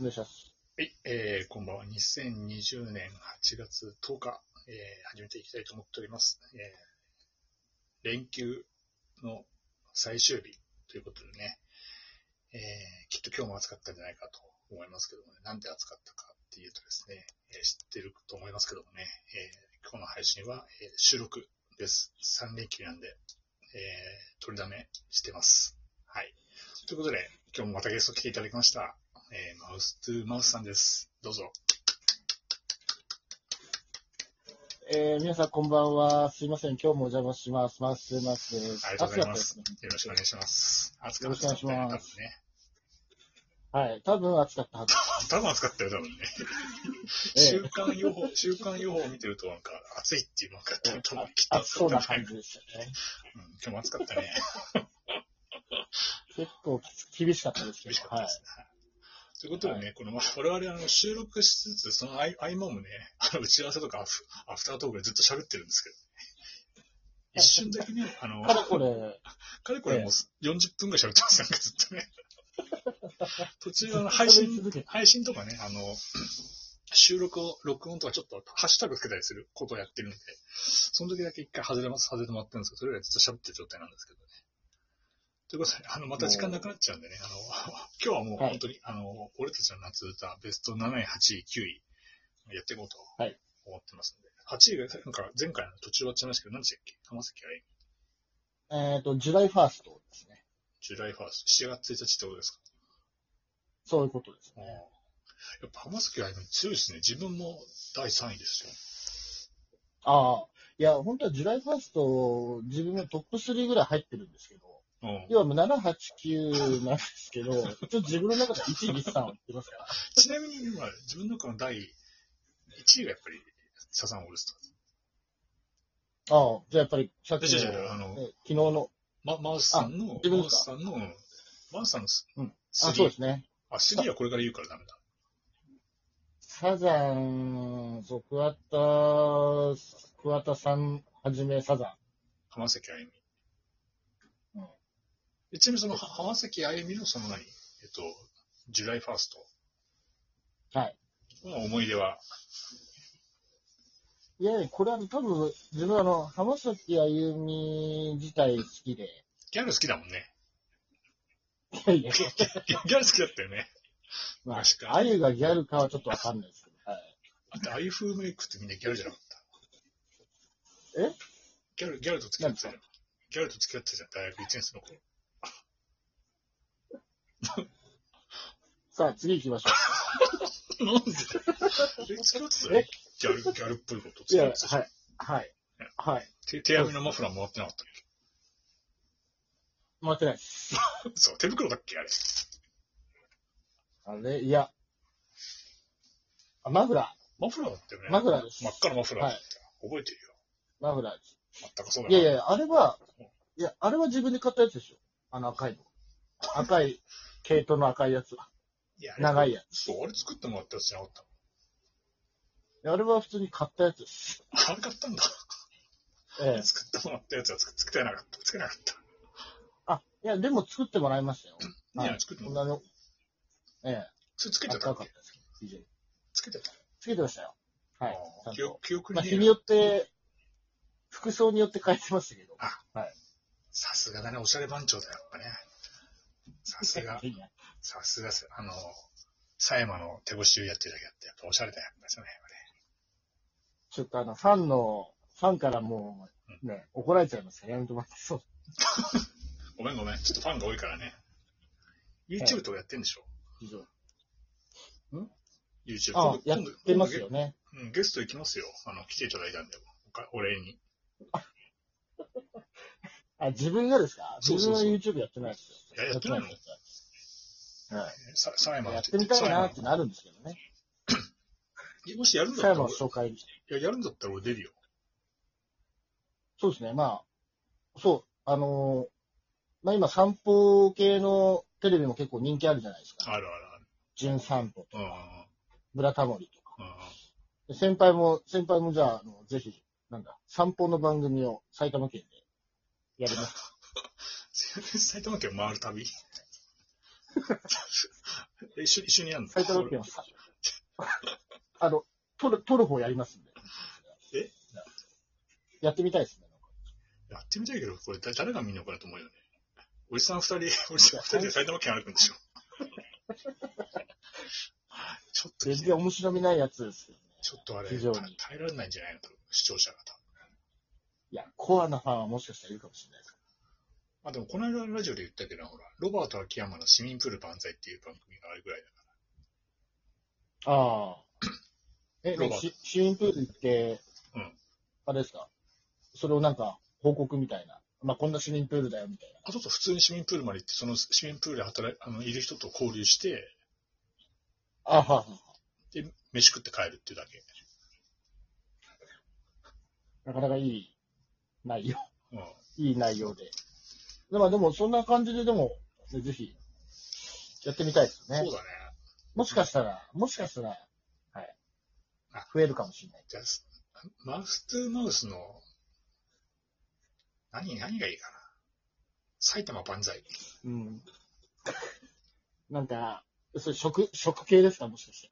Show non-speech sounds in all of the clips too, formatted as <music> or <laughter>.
お願いします。はい、えー、こんばんは。2020年8月10日、えー、始めていきたいと思っております。えー、連休の最終日ということでね、えー、きっと今日も暑かったんじゃないかと思いますけどもね、なんで暑かったかっていうとですね、えー知ってると思いますけどもね、えー、今日の配信は、えー収録です。3連休なんで、えー、取りだめしてます。はい。ということで、今日もまたゲスト来ていただきました。えーマウス・トゥ・マウスさんです。どうぞ。えー、皆さんこんばんは。すいません。今日もお邪魔します。マスマスです。ありがとうございま暑すかったでね。よろしくお願いします。暑かった。よろしくお願いしますね、はい。多分暑かったはず。多分暑かったよ、多分ね。ええ週間予 <laughs> 報、週間予報を見てると、なんか暑いっていうのが多分多分きっと暑そうなった感んじじでしたね。ゃないうん、今日も暑 <laughs> かったね。結構きつ厳しかったですけど厳しか。ったはでい。すね。ということでね、この、ま我々、あの、収録しつつ、その合合間もね、あの、打ち合わせとかアフ、アフタートークでずっと喋ってるんですけど、一瞬だけね、あの、ただこれ、かれこれもう40分ぐらい喋ってます、なんかずっ <laughs> とね。途中、あの、配信ずっと喋り続けて配信とかね、あの、収録を、録音とかちょっとハッシュタグつけたりすることをやってるんで、その時だけ一回外れます、外れてもらってるんですけど、それ以外ずっと喋ってる状態なんですけどね。ということで、あの、また時間なくなっちゃうんでね、あの、 <laughs> 今日はもう本当に、あの、俺たちの夏歌、ベスト7位、8位、9位、やっていこうとはい思ってますんで。8位が、なんか前回の途中終わっちゃいましたけど、何でしたっけ浜崎あゆみ。えっ、と、ジュライファーストですね。ジュライファースト、7月1日ってことですかそういうことですああね。やっぱ浜崎あゆみ強いですね。自分も第3位ですよ。ああ。いや、本当はジュライファースト、自分のトップ3ぐらい入ってるんですけど、うん、要はもう7、8、9なんですけど、ちょっと自分の中で1位、2、3を言ってますから。ちなみに今、自分の中の第1位がやっぱりサザンオールスああ、じゃあやっぱり、さっきの、いやいやいやあのえ昨日の、ターズ。ま、マウスさんの自、分マでウすスさんの、マウスさんのス、うんスあ、リそうーですね。あ、スリーはこれから言うからダメだ。サザン、そう、桑田、桑田さんはじめサザ浜崎あゆうみ。んでちなみにそのは浜崎あゆみのその何えっと、ジュライファースン。はい。トの思い出は、いやいや、これは多分、自分はあの、浜崎あゆみ自体好きで、ギャル好きだもんね。いやいや、ギャギャル好きだったよね。まあ確、かあゆがギャルかはちょっとわかんないですけど、はい。あと、あゆ風メイクってみんなギャルじゃなかった。えギャル、ギャルと付き合ってたじゃん。ギャルと付き合ってたじゃん、大学1年生の頃。さあ、次行きましょなんでえ、付き合ってたよえギャル、ギャルっぽいことう。い付き合や、ってたじゃはん。い。はい。はい。手手編みのマフラーもらってなかったっ待ってないです。けそう、手袋だっけあれ。あれ、いや。あ、マフラマフラーだったよね。ー。マフラーです真っ。赤なマフラーだった、覚えてるよ。マフラーです。全くそうだいな。やいや、あれは、いや、あれは自分で買ったやつでしょ。あの赤いの。赤い、毛糸の赤いやつは。いや長いややつ。そう、あれ作ってもらったやつじゃなかっつ。あれは普通に買ったやつ <laughs> です。たの。あれ買ったんだ。ええ。作ってもらったやつは作作ってなかった。作れなかった。あ、いや、でも作ってもらいましたよ。い、はや、作ってもらった。女の、えそれつけえ、てた赤かっっけたですけど非常につけてた。つけてましたよ。はいあ。ーち記ゃんと憶記憶まあ、に日ねえになよって、服装によって変えてましたけど。、さすがだね、おしゃれ番長だよ、やっぱね。さすがいやさすが、あの、狭山の手越しをやってるだけあって、やっぱおしゃれだよ、やっぱその辺はね。ちょっとあの、ファンの、ファンからもう、ね、怒られちゃいますから、やめてもらって。そう。ごめんごめん、ちょっとファンが多いからね。YouTube とかやってんでしょ非常に ?YouTube。あ今あや度、っ今度てますよね。ゲうん、ゲスト行きますよ。あの、来ていただいたんだよ。おかお礼に。あ、自分がですかそうそうそう自分は YouTube やってないですよ。いややってないのですよはいさ狭山やのっ手てみたいな狭ってなるんですけどね。山のもしやるん佐だったら山の俺、い紹介に。や、やるんだったら俺出るよ。そうですね、まあ、そう、あのーまあ今散歩系のテレビも結構人気あるじゃないですか。あるあるある。純散歩と、うん <laughs> ブラタモリとか。うんうん。で先輩も、先輩もじゃあ、あのぜひ、なんだ、散歩の番組を埼玉県でやります。 <laughs> 埼玉県を回る旅え一緒に、一緒にやるの埼玉県はさ、 <laughs> あの、取る、取る方やりますんで。えやってみたいですね。やってみたいけど、これ誰誰が見るのかなと思うよね。おじさん二人、おじさん二人で埼玉県歩くんでしょ。ちょっと全、然面白みないやつですけどね。ちょっとあれ、非常に耐えられないんじゃないの多分視聴者が多分。いや、コアなファンはもしかしたらいるかもしれないです。まあでも、この間ラジオで言ったけど、ほら、ロバート秋山の市民プール万歳っていう番組があるぐらいだかああ。え、ロねバートし市民プール行って、うんあれですかそれをなんか、報告みたいな。まあ、こんな市民プールだよ、みたいな。ら。あと、普通に市民プールまで行って、その市民プールで働い、あの、いる人と交流して、あはは。で、飯食って帰るっていうだけ。なかなかいい内容、 <laughs> うん。いい内容で。でまあ、でも、そんな感じで、でも、ねぜひ、やってみたいですよそねう。だね。もしかしたら、もしかしたら、はいあ。増えるかもしれない。じゃあ、すマウス2マウスの、何、何がいいかな。埼玉万歳。うん。 <laughs> なんか、それ食、食系ですかもしかして。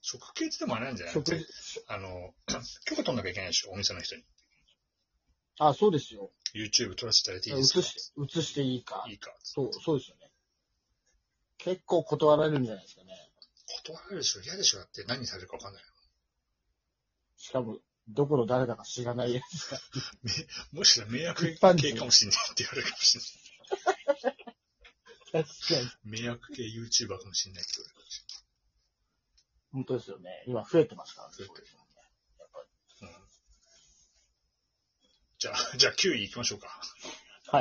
食系ってでもあれなんじゃないの食、あの、 <clears throat> 許可取んなきゃいけないでしょ、お店の人に。あ、そうですよ。 YouTube 撮らせていただいてい映いですかし、映していいか。いいか。そう、そうですよね。結構断られるんじゃないですかね。断られるでしょ、嫌でしょ、だって何されるかわかんない。しかも、どこの誰だか知らないや <laughs> つ。もしかしたら迷惑一般系人かもしれないって言われるかもしれ確かに。ない。迷惑系 YouTuber かもしれないって言われるかもし本当ですよね。今増えてますからね。増えてるそうですよねやっぱりれない。うんじゃあ、じゃあ9位行きましょうか。は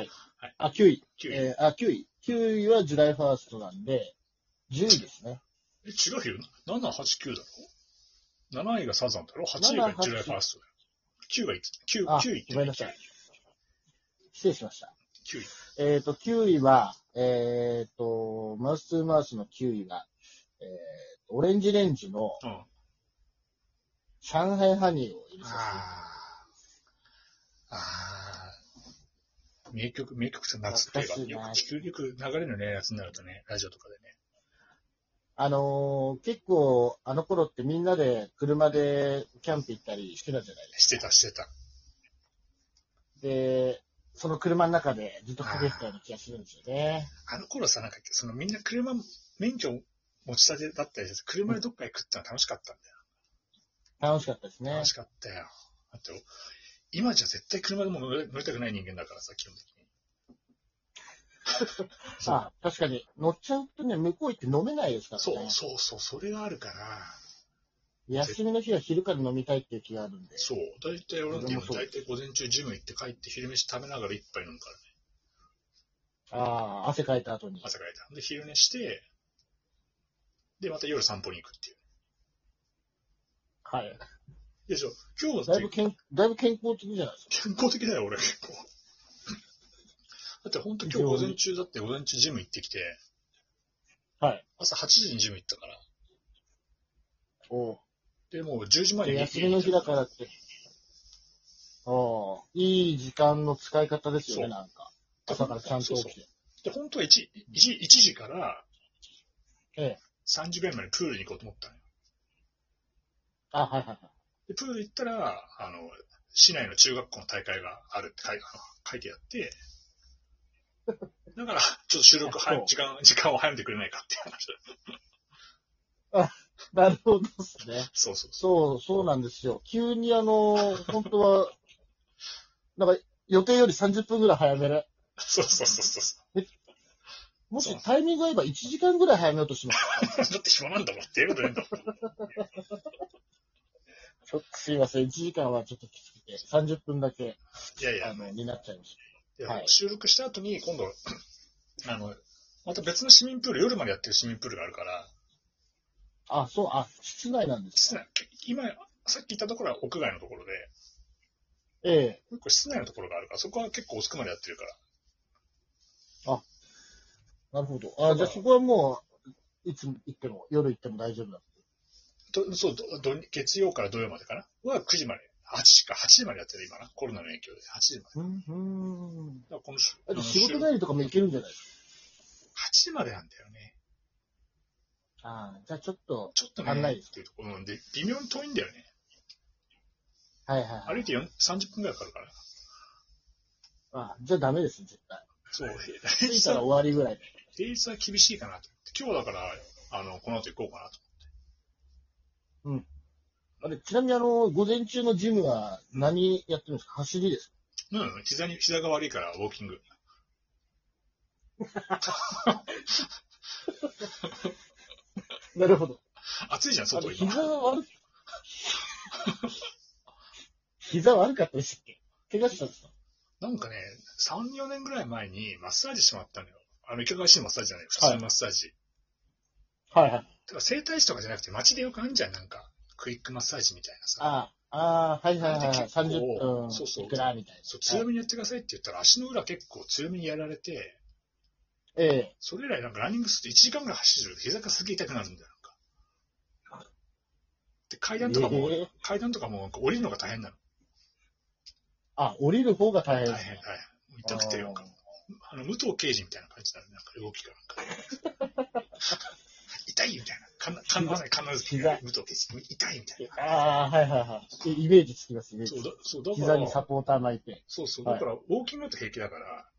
いはい。あ、9位。 9位。えーあ、9位。9位はジュライファーストなんで、10位ですね。え、違うよ。7、8、9だろ ?7 位がサザンだろ ?8 位がジュライファーストだよ。9がいつ ?9、あ9位ってごめんなさい。失礼しました。 9位。えっ、と、9位は、えっ、と、マウス2マウスの9位が、えーと、オレンジレンジのうん。あ上海ハニーを入れさせていただきますあ。ああ。名曲、名曲って夏といえば、懐かしいよなく聞く、よく流れるね、やつになるとね、ラジオとかでね。あのー結構、あの頃ってみんなで車でキャンプ行ったりしてたじゃないでしてた、してた。すか。で、その車の中でずっとかけてたような気がするんですよね。あの頃さ、なんか、そのみんな車、免許持ちたてだったりして、車でどっか行くってのは楽しかったんだよ。楽しかったですね楽。しかったよ。あと、今じゃ絶対車でも乗れ乗りたくない人間だからさ、基本的に。そうあ、確かに、乗っちゃうとね、向こう行って飲めないですからそうね。そうそう、それがあるから、休みの日は昼から飲みたいっていう気があるんで。そう、大体俺なんて今、俺もそう大体午前中ジム行って帰って、昼飯食べながら一杯飲むからね、ああ、汗かいた後に。朝帰った。で、昼寝して、で、また夜散歩に行くっていう。はい。でしょ、今日だだっいぶてけん、だいぶ健康的じゃないですか。健康的だよ、俺結構。だって本当今日午前中だって午前中ジム行ってきて、はい。朝8時にジム行ったから、おで、もう10時前でに休みの日だからって。おいい時間の使い方ですよそうね、なんか。朝からちゃんとそう起そうきて。で、本当は 1, 1, 1時からええ。 3時ぐらいまでプールに行こうと思ったのよ。あ、はいはいはい。で、プール行ったら、あの、市内の中学校の大会があるって書いあの書いてあって、だから、ちょっと収録あそはう時間、時間を早めてくれないかっていう話だなるほどですね。そうそうそそう、そうなんですよ。急にあの、本当は、なんか予定より30分ぐらい早めれ。う。そうそうそうそうそもそうしタイミング合えば1時間ぐらい早めようとします。う。だって暇なんだもんっていうことね。ちょっとすいません。1時間はちょっときつくて、30分だけ、いやいや、あの、になっちゃいましいやはい収録した後に、今度、あの、また別の市民プール、夜までやってる市民プールがあるから、た。あ、そう、あ、室内なんです室か。内、今、さっき言ったところは屋外のところで、ええ。もう一個室内のところがあるから、そこは結構遅くまでやってるから。なるほど。あ、じゃあそこはもう、いつ行っても、夜行っても大丈夫だ。とそうどど、月曜から土曜までかなは9時まで。8時か、8時までやってる今な。コロナの影響で8時まで。うん、うん。だからこの週ああとの仕週事帰りとかも行けるんじゃないですか。 8時までなんだよね。ああ、じゃあちょっと、ちょっと足んなね、いですっていうところなんで、微妙に遠いんだよね。はいはいはい。歩いて4 30分ぐらいかかるから。ああじゃあダメですね、絶対。そう、着平い日たらは、終わりぐらい。平日は厳しいかなと。今日だから、あの、この後行こうかなと。あれ、ちなみにあの、午前中のジムは何やってるんですか走りですうん、膝に、膝が悪いからウォーキング。かなるほど。暑いじゃん、あの外今。膝は悪く、膝悪かったでしたっけ怪我したんですかなんかね、3、4年ぐらい前にマッサージしてもらったのよ。あの、いかがわしいマッサージじゃない、普通のマッサージ。はいはい。てか、整体師とかじゃなくて、街でよくあるじゃん、なんか、クイックマッサージみたいなさ。ああ、ああ、はいはいはい。あれ結構30分、そうそういくらみたいな。そう、強めにやってくださいって言ったら、足の裏結構強めにやられて、ええ。それ以来なんかランニングすると1時間ぐらい走ってると膝がすげえ痛くなるんだよ、なんか。で、階段とかも、ええ階段とかもなんか降りるのが大変なの。あ、降りる方が大変。大変、大変。痛くて、なんか、あの、武藤刑事みたいな感じだね、なんか動きがなんか。 <laughs> 痛いみたいな。かな、かな、まさに必ず膝武藤刑事、痛いみたいな。ああ、はいはいはい。イイメージつきます、イメーそうジ。だ、そう、だか膝にら、サポーター巻いて。そうそう、はいだから、ウォーキングだと平気だから、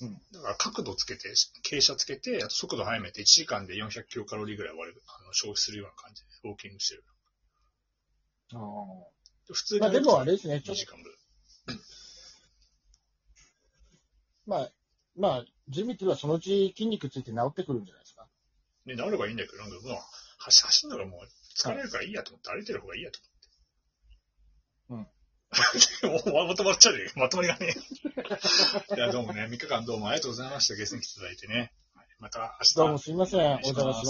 うんだから角度つけて、傾斜つけて、あと速度早めて、1時間で400キロカロリーぐらい割る、あの消費するような感じで、ウォーキングしてる。あで普通ーにまあでもあれ2ですね、ちょっと時、間ぐらい。まあ、まあ、ジムっていうのはそのうち筋肉ついて治ってくるんじゃないですか。ね、なればいいんだけど、なんかもう、走走るのがもう疲れるからいいやと思って、歩いてる方がいいやと思って。うん。もうまとまっちゃうね。まとまりがね。 <laughs> いや、どうもね、3日間どうもありがとうございました。ゲストに来ていただいてね。はいまた明日。どうもすいません、お邪魔しました。